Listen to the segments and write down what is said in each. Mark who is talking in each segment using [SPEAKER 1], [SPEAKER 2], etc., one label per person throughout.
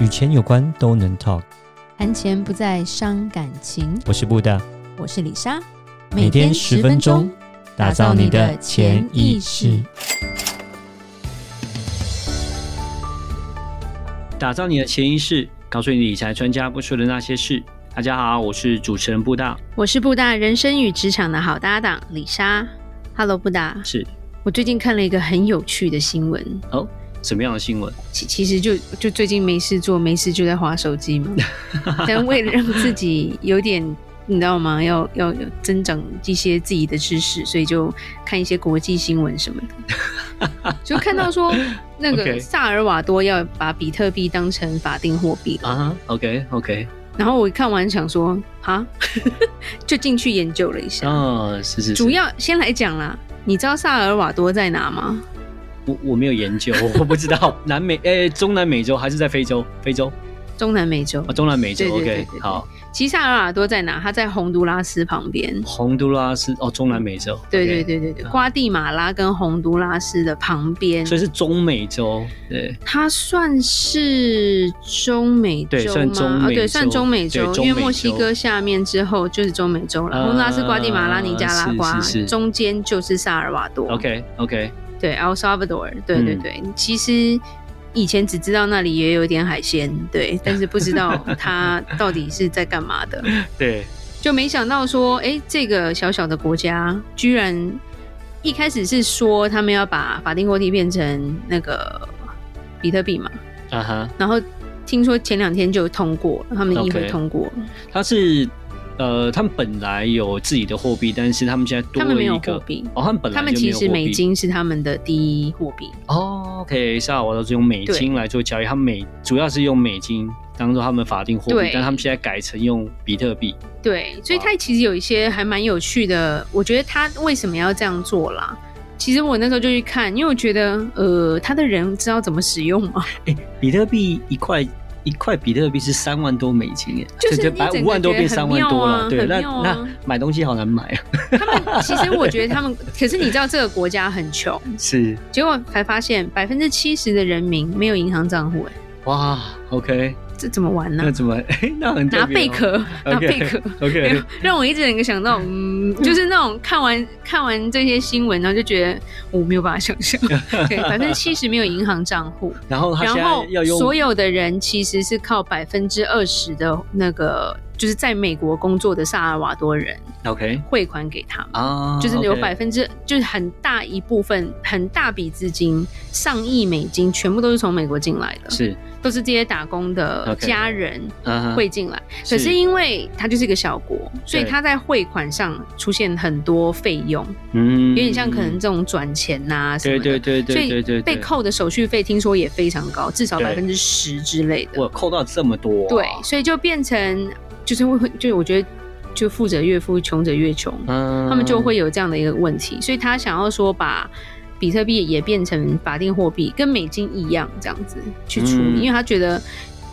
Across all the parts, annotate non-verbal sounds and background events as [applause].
[SPEAKER 1] 与钱有关都能 talk。
[SPEAKER 2] 谈钱不再伤感情。
[SPEAKER 1] 我是布大，
[SPEAKER 2] 我是李莎，
[SPEAKER 1] 每天十分钟，打造你的潜意识，打造你的潜意识，告诉你理财专家不说的那些事。大家好，我是主持人布大，
[SPEAKER 2] 我是布大人生与职场的好搭档李莎。Hello，布大，
[SPEAKER 1] 是
[SPEAKER 2] 我最近看了一个很有趣的新闻，
[SPEAKER 1] 什么样的新闻？
[SPEAKER 2] 其其实就就最近没事做，没事就在划手机嘛，
[SPEAKER 1] [laughs]
[SPEAKER 2] 但为了让自己有点。你知道吗？要要要增长一些自己的知识，所以就看一些国际新闻什么
[SPEAKER 1] [laughs]
[SPEAKER 2] 的，就看到说那
[SPEAKER 1] OK
[SPEAKER 2] 个萨尔瓦多要把比特币当成法定货币了。
[SPEAKER 1] 啊哈，OK OK，
[SPEAKER 2] 然后我看完想说啊， [laughs] 就进去研究了一下。
[SPEAKER 1] 哦，是是是，
[SPEAKER 2] 主要先来讲啦，你知道萨尔瓦多在哪吗？
[SPEAKER 1] 我我没有
[SPEAKER 2] [laughs]
[SPEAKER 1] 研究，我不知道南美诶、中南美洲还是在非洲？非洲
[SPEAKER 2] 中南美洲
[SPEAKER 1] 啊，。中南美洲
[SPEAKER 2] 对对对
[SPEAKER 1] OK，
[SPEAKER 2] 对对
[SPEAKER 1] 好，
[SPEAKER 2] 其实萨尔瓦多在哪？它在洪都拉斯旁边。
[SPEAKER 1] 洪都拉斯哦，中南美洲，
[SPEAKER 2] 对对
[SPEAKER 1] OK，
[SPEAKER 2] 对对对，
[SPEAKER 1] 啊
[SPEAKER 2] 瓜地马拉跟洪都拉斯的旁边，
[SPEAKER 1] 所以是中美洲，对
[SPEAKER 2] 它算是中美
[SPEAKER 1] 对
[SPEAKER 2] 洲
[SPEAKER 1] 算中
[SPEAKER 2] 吗？哦
[SPEAKER 1] 美
[SPEAKER 2] 对，
[SPEAKER 1] 洲
[SPEAKER 2] 算中美
[SPEAKER 1] 对
[SPEAKER 2] 洲，
[SPEAKER 1] 中
[SPEAKER 2] 因为
[SPEAKER 1] 美
[SPEAKER 2] 墨西
[SPEAKER 1] 洲嗯
[SPEAKER 2] 哥下面之后就是中美洲了。洪都拉斯、瓜地马拉、
[SPEAKER 1] 啊
[SPEAKER 2] 尼加拉瓜，
[SPEAKER 1] 是是是
[SPEAKER 2] 中间就是萨尔瓦多。
[SPEAKER 1] ，OK OK，
[SPEAKER 2] 对，El Salvador，对对
[SPEAKER 1] 嗯
[SPEAKER 2] 对，其实以前只知道那里也有点海鲜，对，但是不知道它到底是在干嘛的，
[SPEAKER 1] 对，
[SPEAKER 2] 就没想到说，哎，这个小小的国家居然一开始是说他们要把法定货币变成那个比特币嘛，
[SPEAKER 1] 啊哈，
[SPEAKER 2] 然后听说前两天就通过，他们议会
[SPEAKER 1] OK
[SPEAKER 2] 通过
[SPEAKER 1] 它是呃，他们本来有自己的货币，但是他们现在多
[SPEAKER 2] 他们
[SPEAKER 1] 了
[SPEAKER 2] 没有
[SPEAKER 1] 一
[SPEAKER 2] 货
[SPEAKER 1] 个。
[SPEAKER 2] 币。
[SPEAKER 1] 哦，他们本来
[SPEAKER 2] 他们
[SPEAKER 1] 就没
[SPEAKER 2] 其
[SPEAKER 1] 有
[SPEAKER 2] 实
[SPEAKER 1] 货币
[SPEAKER 2] 美金是他们的第一货币，
[SPEAKER 1] 哦，OK，萨尔瓦多是用美金来做交易，他们美主要是用美金当做他们法定货币
[SPEAKER 2] 对，
[SPEAKER 1] 但他们现在改成用比特币。
[SPEAKER 2] 对，所以
[SPEAKER 1] 哇
[SPEAKER 2] 它其实有一些还蛮有趣的。我觉得他为什么要这样做啦？其实我那时候就去看，因为我觉得，呃，他的人知道怎么使用吗？
[SPEAKER 1] 哎，比特币一块一块比特币是三万多美金耶，
[SPEAKER 2] 就是
[SPEAKER 1] 对
[SPEAKER 2] 你
[SPEAKER 1] 百
[SPEAKER 2] 整
[SPEAKER 1] 五
[SPEAKER 2] 个
[SPEAKER 1] 万多
[SPEAKER 2] 觉得
[SPEAKER 1] 变
[SPEAKER 2] 很
[SPEAKER 1] 三万多
[SPEAKER 2] 妙
[SPEAKER 1] 了，
[SPEAKER 2] 啊
[SPEAKER 1] 对，
[SPEAKER 2] 很
[SPEAKER 1] 那
[SPEAKER 2] 妙啊
[SPEAKER 1] 那买东西好难买啊，
[SPEAKER 2] 他们其实我觉得他们，可是你知道这个国家很穷，
[SPEAKER 1] 是
[SPEAKER 2] 结果才发现百分之七十的人民没有银行账户、哎，
[SPEAKER 1] 哇，OK，
[SPEAKER 2] 这怎么玩呢、
[SPEAKER 1] 那怎么？ [laughs] 哎，那很特
[SPEAKER 2] 拿
[SPEAKER 1] 别
[SPEAKER 2] 贝
[SPEAKER 1] 哦
[SPEAKER 2] 壳，
[SPEAKER 1] [laughs]
[SPEAKER 2] 拿
[SPEAKER 1] ，OK，
[SPEAKER 2] 贝壳。没有
[SPEAKER 1] OK，
[SPEAKER 2] 让我一整个想到，
[SPEAKER 1] [laughs]
[SPEAKER 2] 嗯，就是那种看完看完这些新闻，然后就觉得哦我没有办法想
[SPEAKER 1] [laughs]
[SPEAKER 2] 象，对，百分之七十没有银行账户，
[SPEAKER 1] 然后 [laughs] 他
[SPEAKER 2] 然
[SPEAKER 1] 现在
[SPEAKER 2] 后
[SPEAKER 1] 要用
[SPEAKER 2] 所有的人其实是靠百分之二十的那个，就是在美国工作的萨尔瓦多人
[SPEAKER 1] OK
[SPEAKER 2] 汇款给他们。
[SPEAKER 1] 啊，
[SPEAKER 2] 就是有
[SPEAKER 1] OK
[SPEAKER 2] 百分之，就是很大一部分，很大笔资金，上亿美金，全部都是从美国进来的，
[SPEAKER 1] 是，
[SPEAKER 2] 都是这些打工的
[SPEAKER 1] OK
[SPEAKER 2] 家人
[SPEAKER 1] 嗯哼
[SPEAKER 2] 汇进来。
[SPEAKER 1] 是
[SPEAKER 2] 可是因为它就是一个小国，所以
[SPEAKER 1] 对
[SPEAKER 2] 它在汇款上出现很多费用，
[SPEAKER 1] 嗯，
[SPEAKER 2] 有点像可能这种转钱呐、什么
[SPEAKER 1] 对
[SPEAKER 2] 的。
[SPEAKER 1] 对对对对
[SPEAKER 2] 所以
[SPEAKER 1] 对，
[SPEAKER 2] 被
[SPEAKER 1] 对
[SPEAKER 2] 扣的手续费听说也非常高，至少
[SPEAKER 1] 对
[SPEAKER 2] 百分之十之类的。
[SPEAKER 1] 我扣到这么多啊，
[SPEAKER 2] 对，所以就变成就是会，就我觉得就富者越富，穷者越穷，
[SPEAKER 1] 嗯，
[SPEAKER 2] 他们就会有这样的一个问题。所以他想要说把比特币也变成法定货币，跟美金一样这样子去处理，
[SPEAKER 1] 嗯
[SPEAKER 2] 因为他觉得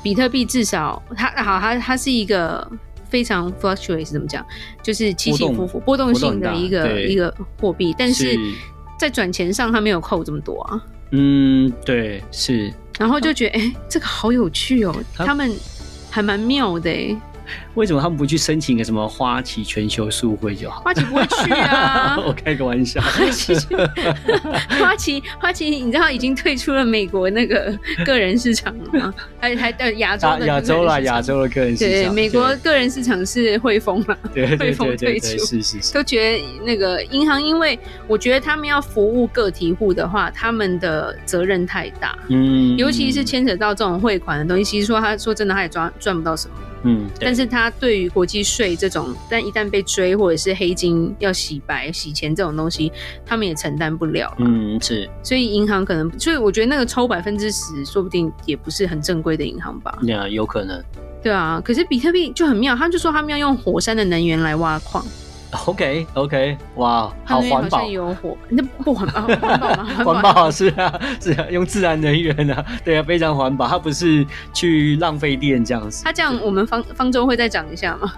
[SPEAKER 2] 比特币至少它好，它它是一个。非常 fluctuate 是怎么讲？就是起起伏伏、波动性的一
[SPEAKER 1] 波动
[SPEAKER 2] 个
[SPEAKER 1] 很大对
[SPEAKER 2] 一个货币，但是
[SPEAKER 1] 是
[SPEAKER 2] 在转钱上它没有扣这么多啊。
[SPEAKER 1] 嗯，对，是
[SPEAKER 2] 然后就觉得，哎、这个好有趣哦，
[SPEAKER 1] 他
[SPEAKER 2] 他们还蛮妙的哎、
[SPEAKER 1] 为什么他们不去申请个什么花旗全球速会就好？
[SPEAKER 2] 花旗不会去
[SPEAKER 1] [laughs]
[SPEAKER 2] 啊。
[SPEAKER 1] 我开个
[SPEAKER 2] [laughs]
[SPEAKER 1] 玩笑，
[SPEAKER 2] 花旗，花旗，花旗，你知道已经退出了美国那个个人市场了吗？还还到亚洲
[SPEAKER 1] 啊
[SPEAKER 2] 的
[SPEAKER 1] 亚洲啦，
[SPEAKER 2] 了，
[SPEAKER 1] 亚。洲的个人市
[SPEAKER 2] 对，
[SPEAKER 1] 场，
[SPEAKER 2] 美国个人市场是汇丰了，
[SPEAKER 1] 对对对
[SPEAKER 2] 汇丰
[SPEAKER 1] 对
[SPEAKER 2] 退
[SPEAKER 1] 对对，
[SPEAKER 2] 出
[SPEAKER 1] 是是是，
[SPEAKER 2] 都觉得那个银行，因为我觉得他们要服务个体户的话，他们的责任太大，
[SPEAKER 1] 嗯
[SPEAKER 2] 尤其是牵扯到这种汇款的东西。其实说他说真的，他也赚赚不到什么。
[SPEAKER 1] 嗯，对
[SPEAKER 2] 但是他对于国际税这种，但一旦被追或者是黑金要洗白、洗钱这种东西，他们也承担不了了。
[SPEAKER 1] 嗯是
[SPEAKER 2] 所以银行可能，所以我觉得那个抽百分之十，说不定也不是很正规的银行吧。
[SPEAKER 1] 那有可能
[SPEAKER 2] 对啊，可是比特币就很妙，他就说他们要用火山的能源来挖矿，
[SPEAKER 1] OK OK，哇，
[SPEAKER 2] 他那
[SPEAKER 1] 好
[SPEAKER 2] 边
[SPEAKER 1] 环
[SPEAKER 2] 好
[SPEAKER 1] 保
[SPEAKER 2] 像。有火，那不环
[SPEAKER 1] [laughs]
[SPEAKER 2] 保，环保吗？
[SPEAKER 1] 环保是啊，是啊，用自然能源啊，对啊，非常环保，它不是去浪费电这样子。
[SPEAKER 2] 他这样，我们方方舟会再涨一下吗？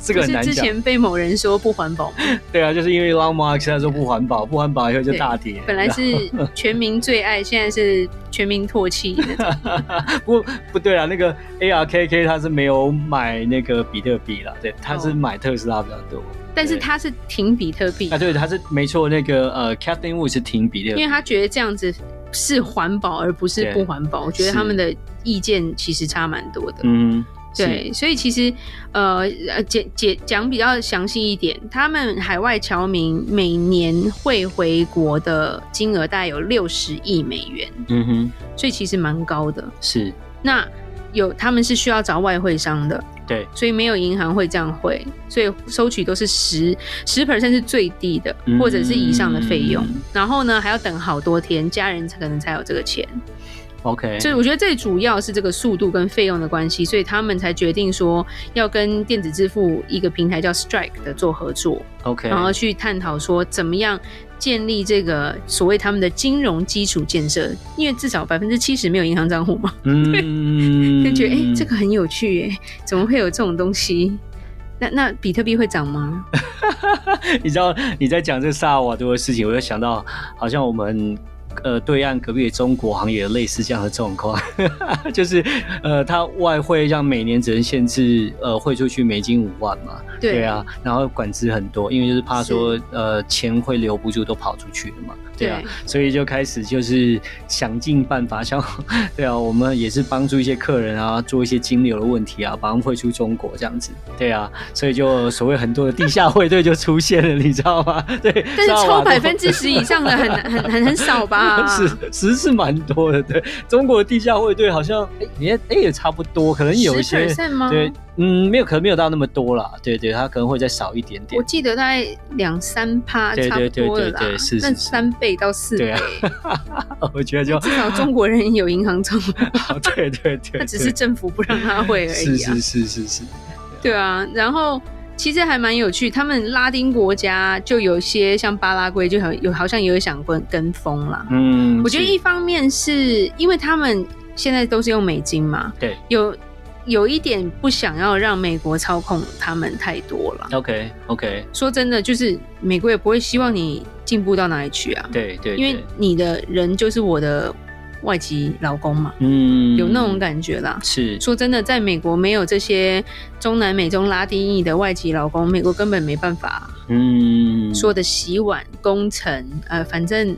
[SPEAKER 1] 这个
[SPEAKER 2] 不
[SPEAKER 1] 很
[SPEAKER 2] 是
[SPEAKER 1] 难
[SPEAKER 2] 之
[SPEAKER 1] 讲。
[SPEAKER 2] 前被某人说不环
[SPEAKER 1] [laughs]
[SPEAKER 2] 保吗，
[SPEAKER 1] 对啊，就是因为 Elon Musk 他说不环保，不环保以后就大跌。
[SPEAKER 2] 本来
[SPEAKER 1] 然后
[SPEAKER 2] 是全民最爱，现在是全民唾
[SPEAKER 1] [laughs]
[SPEAKER 2] 弃那种。
[SPEAKER 1] [laughs] 不不对啊，那个 ARKK 他是没有买那个比特币啦，对，他是
[SPEAKER 2] 哦
[SPEAKER 1] 买特斯拉比较多。
[SPEAKER 2] 但是
[SPEAKER 1] 对
[SPEAKER 2] 他是挺比特币
[SPEAKER 1] 啊，，对，他是没错，那个呃 c a t h e r i n Wood 是挺比特
[SPEAKER 2] 因
[SPEAKER 1] 币
[SPEAKER 2] 为。他觉得这样子是环保，而不是
[SPEAKER 1] 对
[SPEAKER 2] 不环保。我觉得
[SPEAKER 1] 是
[SPEAKER 2] 他们的意见其实差蛮多的。
[SPEAKER 1] 嗯，是
[SPEAKER 2] 对，所以其实呃呃，解解讲比较详细一点，他们海外侨民每年会回国的金额大概有六十亿美元，
[SPEAKER 1] 嗯哼，
[SPEAKER 2] 所以其实蛮高的。
[SPEAKER 1] 是
[SPEAKER 2] 那有他们是需要找外汇商的，
[SPEAKER 1] 对，
[SPEAKER 2] 所以没有银行会这样汇，所以收取都是十十 percent 是最低的，或者是以上的费用。
[SPEAKER 1] 嗯
[SPEAKER 2] 然后呢，还要等好多天，家人才可能才有这个钱。
[SPEAKER 1] OK，
[SPEAKER 2] 所以我觉得最主要是这个速度跟费用的关系，所以他们才决定说要跟电子支付一个平台叫 Strike 的做合作，
[SPEAKER 1] OK，
[SPEAKER 2] 然后去探讨说怎么样建立这个所谓他们的金融基础建设，因为至少百分之七十没有银行账户嘛，[laughs]
[SPEAKER 1] 嗯，
[SPEAKER 2] 就觉得哎、诶这个很有趣哎、怎么会有这种东西？那那比特币会涨吗？
[SPEAKER 1] [laughs] 你知道你在讲这萨尔瓦多的事情，我就想到好像我们。呃，对岸隔壁的中国好像也有类似这样的状况， [laughs] 就是呃，它外汇让每年只能限制呃汇出去美金五万嘛，
[SPEAKER 2] 对
[SPEAKER 1] 对啊，然后管制很多，因为就是怕
[SPEAKER 2] 是
[SPEAKER 1] 说呃钱会留不住，都跑出去了嘛，对啊，所以就开始就是想尽办法，像 [laughs] 对啊，我们也是帮助一些客人啊，做一些金流的问题啊，把他们汇出中国这样子，对啊，所以就所谓很多的地下汇兑就出现了，你知道吗？ [laughs] 对，
[SPEAKER 2] 但是
[SPEAKER 1] 萨尔
[SPEAKER 2] 抽
[SPEAKER 1] 瓦多
[SPEAKER 2] 百
[SPEAKER 1] [laughs]
[SPEAKER 2] 分之啊十以上的很很很很少吧？
[SPEAKER 1] 是，其实是蛮多的。对，中国的地下汇兑好像哎也哎也差不多，可能有一些
[SPEAKER 2] 10%吗？
[SPEAKER 1] 对，嗯，没有，可能没有到那么多啦。对对，它可能会再少一点点
[SPEAKER 2] 我。记得大概两三趴
[SPEAKER 1] 对
[SPEAKER 2] 差不
[SPEAKER 1] 对对
[SPEAKER 2] 多了
[SPEAKER 1] 对
[SPEAKER 2] 啦
[SPEAKER 1] 对，是
[SPEAKER 2] 那
[SPEAKER 1] 是是
[SPEAKER 2] 三倍到四
[SPEAKER 1] 对
[SPEAKER 2] 倍，
[SPEAKER 1] 啊， [laughs] 我觉得就
[SPEAKER 2] 至少中国人有银行账
[SPEAKER 1] [laughs]
[SPEAKER 2] 户，
[SPEAKER 1] 对对
[SPEAKER 2] [laughs]
[SPEAKER 1] 对，
[SPEAKER 2] 那只是政府不让他汇而
[SPEAKER 1] 是
[SPEAKER 2] 已啊
[SPEAKER 1] 是。是是是，
[SPEAKER 2] 对啊，然后其实还蛮有趣，他们拉丁国家就有些像巴拉圭，就好有好像也有想跟跟风啦。
[SPEAKER 1] 嗯，
[SPEAKER 2] 我觉得
[SPEAKER 1] 是
[SPEAKER 2] 一方面是因为他们现在都是用美金嘛，
[SPEAKER 1] 对
[SPEAKER 2] 有有一点不想要让美国操控他们太多了。
[SPEAKER 1] OK OK，
[SPEAKER 2] 说真的，就是美国也不会希望你进步到哪里去啊。
[SPEAKER 1] 对对，
[SPEAKER 2] 因为
[SPEAKER 1] 对
[SPEAKER 2] 你的人就是我的外籍老公嘛，
[SPEAKER 1] 嗯
[SPEAKER 2] 有那种感觉啦。
[SPEAKER 1] 是
[SPEAKER 2] 说真的，在美国没有这些中南美中拉丁裔的外籍老公，美国根本没办法
[SPEAKER 1] 嗯
[SPEAKER 2] 说的洗碗、工程，呃，反正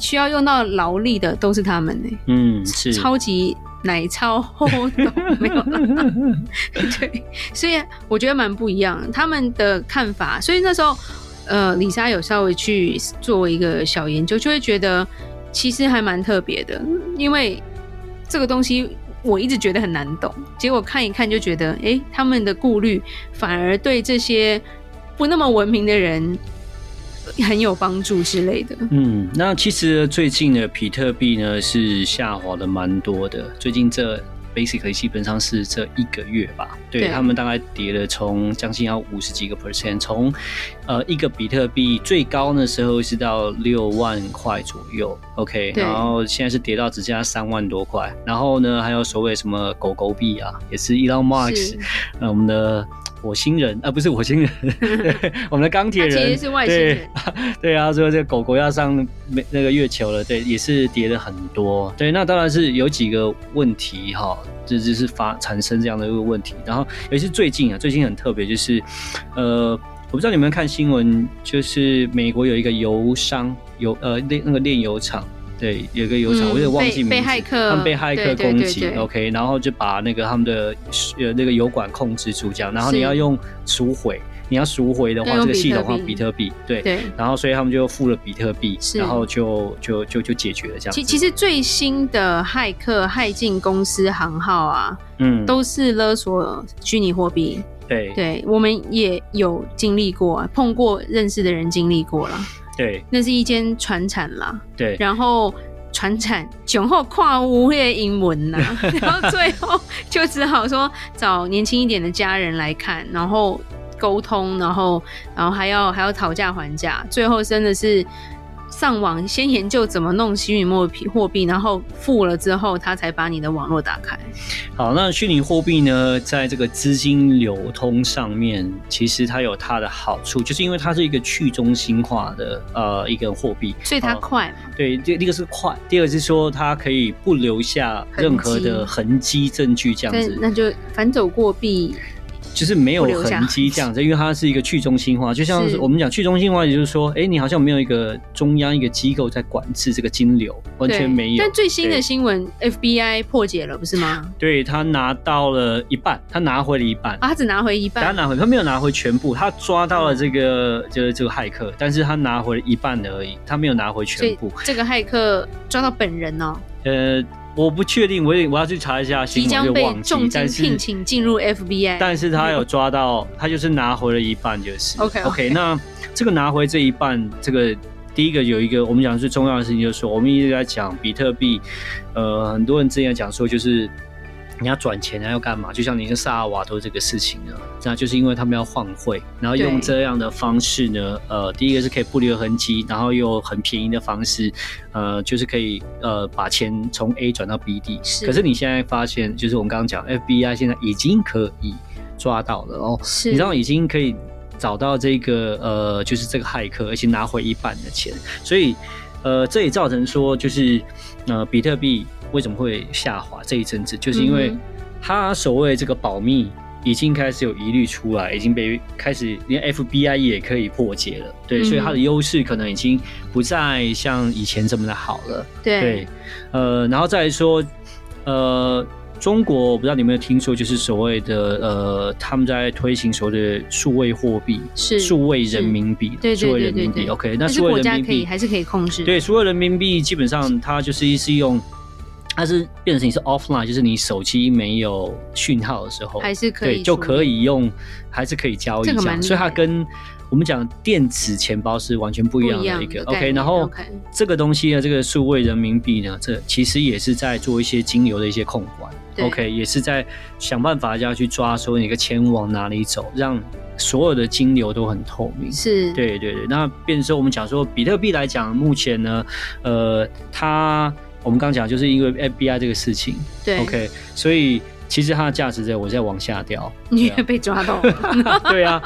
[SPEAKER 2] 需要用到劳力的都是他们欸呢、
[SPEAKER 1] 嗯是
[SPEAKER 2] 超级奶超 [laughs] 都没有
[SPEAKER 1] [laughs]
[SPEAKER 2] 啦。对，所以我觉得蛮不一样他们的看法。所以那时候，呃，李莎有稍微去做一个小研究，就会觉得其实还蛮特别的，因为这个东西我一直觉得很难懂，结果看一看就觉得，诶，他们的顾虑反而对这些不那么文明的人很有帮助之类的。
[SPEAKER 1] 嗯，那其实最近的比特币呢是下滑的蛮多的，最近这 basically 基本上是这一个月吧，对
[SPEAKER 2] 对
[SPEAKER 1] 他们大概跌了从将近要五十几个 percent，从呃一个比特币最高的时候是到六万块左右，OK，
[SPEAKER 2] 对
[SPEAKER 1] 然后现在是跌到只剩下三万多块，然后呢还有所谓什么狗狗币啊，也是 Elon Musk
[SPEAKER 2] 是
[SPEAKER 1] 呃，我们的火星人啊，不是火星
[SPEAKER 2] [laughs]
[SPEAKER 1] 人，对，我们的钢铁
[SPEAKER 2] 他其
[SPEAKER 1] 人
[SPEAKER 2] 实是外星人，
[SPEAKER 1] 对 [laughs] 对啊，说这个狗狗要上美那个月球了，对，也是跌了很多。对，那当然是有几个问题哈，这就是发产生这样的一个问题。然后，尤其是最近啊，最近很特别，就是呃，我不知道你们有没有看新闻，就是美国有一个油商油呃炼那个炼油厂。对，有一个油厂，
[SPEAKER 2] 嗯
[SPEAKER 1] 我有点忘记名字，
[SPEAKER 2] 被被骇客
[SPEAKER 1] 他们被骇
[SPEAKER 2] 对
[SPEAKER 1] 客
[SPEAKER 2] 对
[SPEAKER 1] 攻
[SPEAKER 2] 对
[SPEAKER 1] 击
[SPEAKER 2] 对
[SPEAKER 1] o k 然后就把那个他们的呃那个油管控制住，这样，然后你
[SPEAKER 2] 是
[SPEAKER 1] 要用赎回，你要赎回的话，
[SPEAKER 2] 要
[SPEAKER 1] 这
[SPEAKER 2] 用
[SPEAKER 1] 个系统
[SPEAKER 2] 比特
[SPEAKER 1] 要
[SPEAKER 2] 币
[SPEAKER 1] 比特币，对，
[SPEAKER 2] 对。
[SPEAKER 1] 然后所以他们就付了比特币，
[SPEAKER 2] 是
[SPEAKER 1] 然后就就就就解决了这样子。
[SPEAKER 2] 其其实最新的骇客骇进公司行号啊，
[SPEAKER 1] 嗯
[SPEAKER 2] 都是勒索虚拟货币。
[SPEAKER 1] 对
[SPEAKER 2] 对我们也有经历过啊，碰过认识的人经历过啦。
[SPEAKER 1] 对
[SPEAKER 2] 那是一间船产啦，
[SPEAKER 1] 对
[SPEAKER 2] 然后船产囧后跨屋会英文
[SPEAKER 1] [laughs]
[SPEAKER 2] 呐、然后最后就只好说找年轻一点的家人来看，然后。沟通，然后然后还要还要讨价还价，最后真的是上网先研究怎么弄虚拟货币货币，然后付了之后，他才把你的网络打开。
[SPEAKER 1] 好，那虚拟货币呢，在这个资金流通上面，其实它有它的好处，就是因为它是一个去中心化的呃一个货币，
[SPEAKER 2] 所以它
[SPEAKER 1] 哦
[SPEAKER 2] 快嘛，
[SPEAKER 1] 对，第第一个是快，第二个是说它可以不留下任何的痕迹证据，这样
[SPEAKER 2] 但
[SPEAKER 1] 子，
[SPEAKER 2] 那就反走过必
[SPEAKER 1] 就是没有
[SPEAKER 2] 不留下
[SPEAKER 1] 痕迹这样子，因为它是一个去中心化，就像
[SPEAKER 2] 是
[SPEAKER 1] 是我们讲去中心化，也就是说，哎，你好像没有一个中央一个机构在管制这个金流，完
[SPEAKER 2] 对
[SPEAKER 1] 全没有
[SPEAKER 2] 但。最新的
[SPEAKER 1] 对
[SPEAKER 2] 新闻，FBI 破解了，不是
[SPEAKER 1] [laughs]
[SPEAKER 2] 吗？
[SPEAKER 1] 对他拿到了一半，他拿回了一半。
[SPEAKER 2] 啊，他只拿回一
[SPEAKER 1] 他
[SPEAKER 2] 半，嗯
[SPEAKER 1] 拿回，他没有拿回全部，他抓到了这个就是这个骇客，但是他拿回了一半而已，他没有拿回
[SPEAKER 2] 所
[SPEAKER 1] 全
[SPEAKER 2] 以
[SPEAKER 1] 部。
[SPEAKER 2] 这个骇客抓到本人哦，
[SPEAKER 1] 呃，我不确定，我也我要去查一下新
[SPEAKER 2] 即
[SPEAKER 1] 闻，
[SPEAKER 2] 将
[SPEAKER 1] 就
[SPEAKER 2] 被
[SPEAKER 1] 忘记
[SPEAKER 2] 重，金
[SPEAKER 1] 但是
[SPEAKER 2] 聘请进入 FBI。
[SPEAKER 1] 但是他有抓到，他就是拿回了一半，就是
[SPEAKER 2] OK，OK
[SPEAKER 1] 那这个拿回这一半，这个第一个有一个我们讲最重要的事情，就是说我们一直在讲比特币，呃，很多人之前讲说就是。你要转钱啊，要干嘛？就像你跟萨尔瓦多这个事情呢，那就是因为他们要换汇，然后用
[SPEAKER 2] 对
[SPEAKER 1] 这样的方式呢，呃，第一个是可以不留痕迹，然后又很便宜的方式，呃，就是可以呃把钱从 A 转到 B 地。
[SPEAKER 2] 是
[SPEAKER 1] 可是你现在发现，就是我们刚刚讲，FBI 现在已经可以抓到了哦，
[SPEAKER 2] 是，
[SPEAKER 1] 你知道已经可以找到这个呃，就是这个骇客，而且拿回一半的钱，所以呃，这也造成说就是呃，比特币为什么会下滑这一阵子，就是因为
[SPEAKER 2] 嗯哼
[SPEAKER 1] 它所谓这个保密。已经开始有疑虑出来，已经被开始连 FBI 也可以破解了，对，所以它的
[SPEAKER 2] 嗯
[SPEAKER 1] 优势可能已经不再像以前这么的好了。对
[SPEAKER 2] 对，，
[SPEAKER 1] 呃，然后再来说，呃，中国我不知道你有没有听说，就是所谓的呃，他们在推行所谓的数位货币，
[SPEAKER 2] 是
[SPEAKER 1] 数位人民币，
[SPEAKER 2] 对对
[SPEAKER 1] 数位
[SPEAKER 2] 对
[SPEAKER 1] 人
[SPEAKER 2] 对
[SPEAKER 1] 民
[SPEAKER 2] 对
[SPEAKER 1] 币。OK，那
[SPEAKER 2] 但是
[SPEAKER 1] 数位
[SPEAKER 2] 国
[SPEAKER 1] 人
[SPEAKER 2] 家
[SPEAKER 1] 民
[SPEAKER 2] 可以
[SPEAKER 1] 币
[SPEAKER 2] 还是可以控制。
[SPEAKER 1] 对，所有人民币基本上它就是是用，它是变成你是 offline，就是你手机没有讯号的时候，
[SPEAKER 2] 还是可以
[SPEAKER 1] 对就
[SPEAKER 2] 处理
[SPEAKER 1] 可以用，还是可以交易
[SPEAKER 2] 这
[SPEAKER 1] 这
[SPEAKER 2] 个蛮
[SPEAKER 1] 样，所以它
[SPEAKER 2] 厉害
[SPEAKER 1] 跟我们讲电子钱包是完全不一样
[SPEAKER 2] 不一样
[SPEAKER 1] 的
[SPEAKER 2] 的
[SPEAKER 1] 一个
[SPEAKER 2] 概
[SPEAKER 1] OK，
[SPEAKER 2] 念
[SPEAKER 1] 然后
[SPEAKER 2] OK
[SPEAKER 1] 这个东西呢，这个数位人民币呢，这其实也是在做一些金流的一些控管。
[SPEAKER 2] 对
[SPEAKER 1] OK，也是在想办法要去抓，说你个钱往哪里走，让所有的金流都很透明。
[SPEAKER 2] 是，
[SPEAKER 1] 对对对，那变成说我们讲说比特币来讲，目前呢，呃，它我们刚讲就是因为 FBI 这个事情
[SPEAKER 2] 对 [laughs]
[SPEAKER 1] ，OK，所啊以其实它的价值在我在往下掉。 [laughs]
[SPEAKER 2] 你
[SPEAKER 1] 对
[SPEAKER 2] 也
[SPEAKER 1] 啊
[SPEAKER 2] 被抓到了，
[SPEAKER 1] 对啊，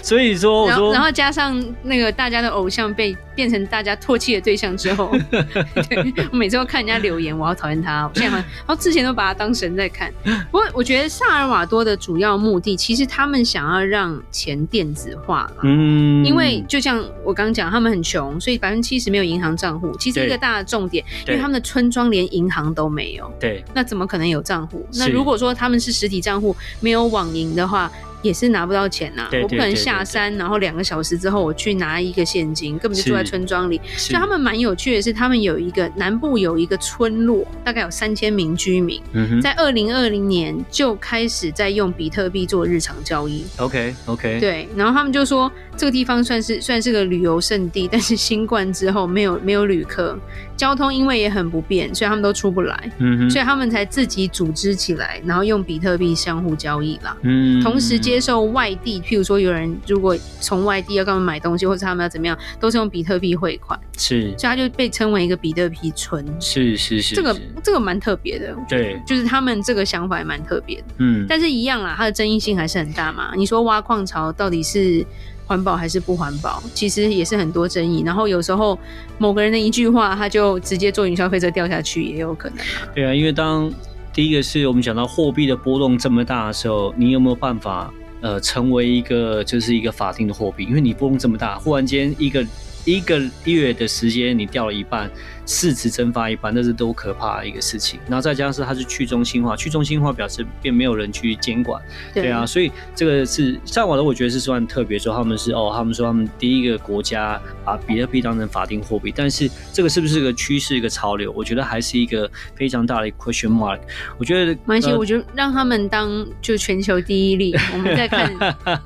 [SPEAKER 1] 所以说 [laughs] 我
[SPEAKER 2] 然
[SPEAKER 1] 说
[SPEAKER 2] 后然后加上那个大家的偶像被变成大家唾弃的对象之
[SPEAKER 1] [laughs]
[SPEAKER 2] 后，对我每次都看人家留言，我好讨厌他。我现在好像，然后之前都把他当神在看。不过我觉得萨尔瓦多的主要目的，其实他们想要让钱电子化了。
[SPEAKER 1] 嗯，
[SPEAKER 2] 因为就像我刚讲，他们很穷，所以百分之七十没有银行账户。其实
[SPEAKER 1] 对
[SPEAKER 2] 一个大的重点，因为
[SPEAKER 1] 对
[SPEAKER 2] 他们的村庄连银行都没有，
[SPEAKER 1] 对
[SPEAKER 2] 那怎么可能有账户？
[SPEAKER 1] 是
[SPEAKER 2] 那如果说他们是实体账户，没有网银的话，也是拿不到钱呐、
[SPEAKER 1] 对
[SPEAKER 2] 我不可
[SPEAKER 1] 对
[SPEAKER 2] 能
[SPEAKER 1] 对
[SPEAKER 2] 下
[SPEAKER 1] 对
[SPEAKER 2] 山，然后两个小时之后我去拿一个现金，根本就是住在村庄里。
[SPEAKER 1] 是
[SPEAKER 2] 所以他们蛮有趣的是，他们有一个南部有一个村落，大概有三千名居民，
[SPEAKER 1] 嗯哼
[SPEAKER 2] 在二零二零年就开始在用比特币做日常交易。
[SPEAKER 1] ，OK OK，
[SPEAKER 2] 对，然后他们就说这个地方算是算是个旅游胜地，但是新冠之后没有没有旅客，交通因为也很不便，所以他们都出不来，
[SPEAKER 1] 嗯哼，
[SPEAKER 2] 所以他们才自己组织起来，然后用比特币相互交易啦。
[SPEAKER 1] 嗯，
[SPEAKER 2] 同时接受外地，譬如说有人如果从外地要跟他们买东西，或者他们要怎么样，都是用比特币汇款，
[SPEAKER 1] 是
[SPEAKER 2] 所以它就被称为一个比特币村。
[SPEAKER 1] 是是是，
[SPEAKER 2] 这个
[SPEAKER 1] 是
[SPEAKER 2] 这个蛮特别的，我觉得
[SPEAKER 1] 对
[SPEAKER 2] 就是他们这个想法也蛮特别的。
[SPEAKER 1] 嗯，
[SPEAKER 2] 但是一样啦，它的争议性还是很大嘛。你说挖矿潮到底是环保还是不环保，其实也是很多争议。然后有时候某个人的一句话，他就直接坐云霄飞车掉下去，也有可能啊。
[SPEAKER 1] 对啊，因为当第一个是我们讲到货币的波动这么大的时候，你有没有办法呃成为一个就是一个法定的货币？因为你波动这么大，忽然间一个一个月的时间你掉了一半，市值蒸发一半，那是多可怕的一个事情。然后再加上是它是去中心化，去中心化表示并没有人去监管。对啊，，所以这个是上网的，我觉得是算特别说他们是哦，他们说他们第一个国家把比特币当成法定货币，但是这个是不是个趋势、一个潮流？我觉得还是一个非常大的 question mark。我觉得 [laughs]
[SPEAKER 2] 没关系，
[SPEAKER 1] 呃
[SPEAKER 2] 我觉得让他们当就全球第一例，我们再
[SPEAKER 1] [laughs]
[SPEAKER 2] 看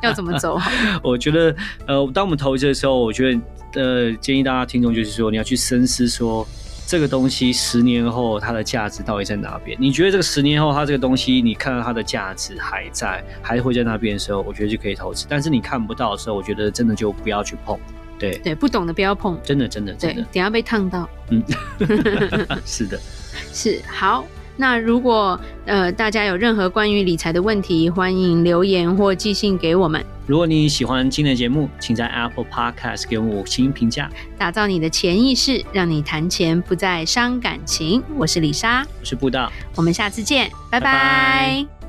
[SPEAKER 2] 要怎么走好。
[SPEAKER 1] 我觉得，呃，当我们投资的时候，我觉得，呃，建议大家听众就是说，你要去深思说，这个东西十年后它的价值到底在哪边？你觉得这个十年后它这个东西，你看到它的价值还在，还会在那边的时候，我觉得就可以投资。但是你看不到的时候，我觉得真的就不要去碰。对，
[SPEAKER 2] 对，不懂的不要碰，
[SPEAKER 1] 真的，真的，
[SPEAKER 2] 对，
[SPEAKER 1] 真的啊
[SPEAKER 2] 等，一下被烫到。
[SPEAKER 1] 是的。
[SPEAKER 2] 是好。那如果呃大家有任何关于理财的问题，欢迎留言或寄信给我们。
[SPEAKER 1] 如果你喜欢今天的节目，请在 Apple Podcast 给我们五星评价。
[SPEAKER 2] 打造你的潜意识，让你谈钱不再伤感情。我是李莎，
[SPEAKER 1] 我是布道。
[SPEAKER 2] 我们下次见，拜
[SPEAKER 1] 拜拜
[SPEAKER 2] 拜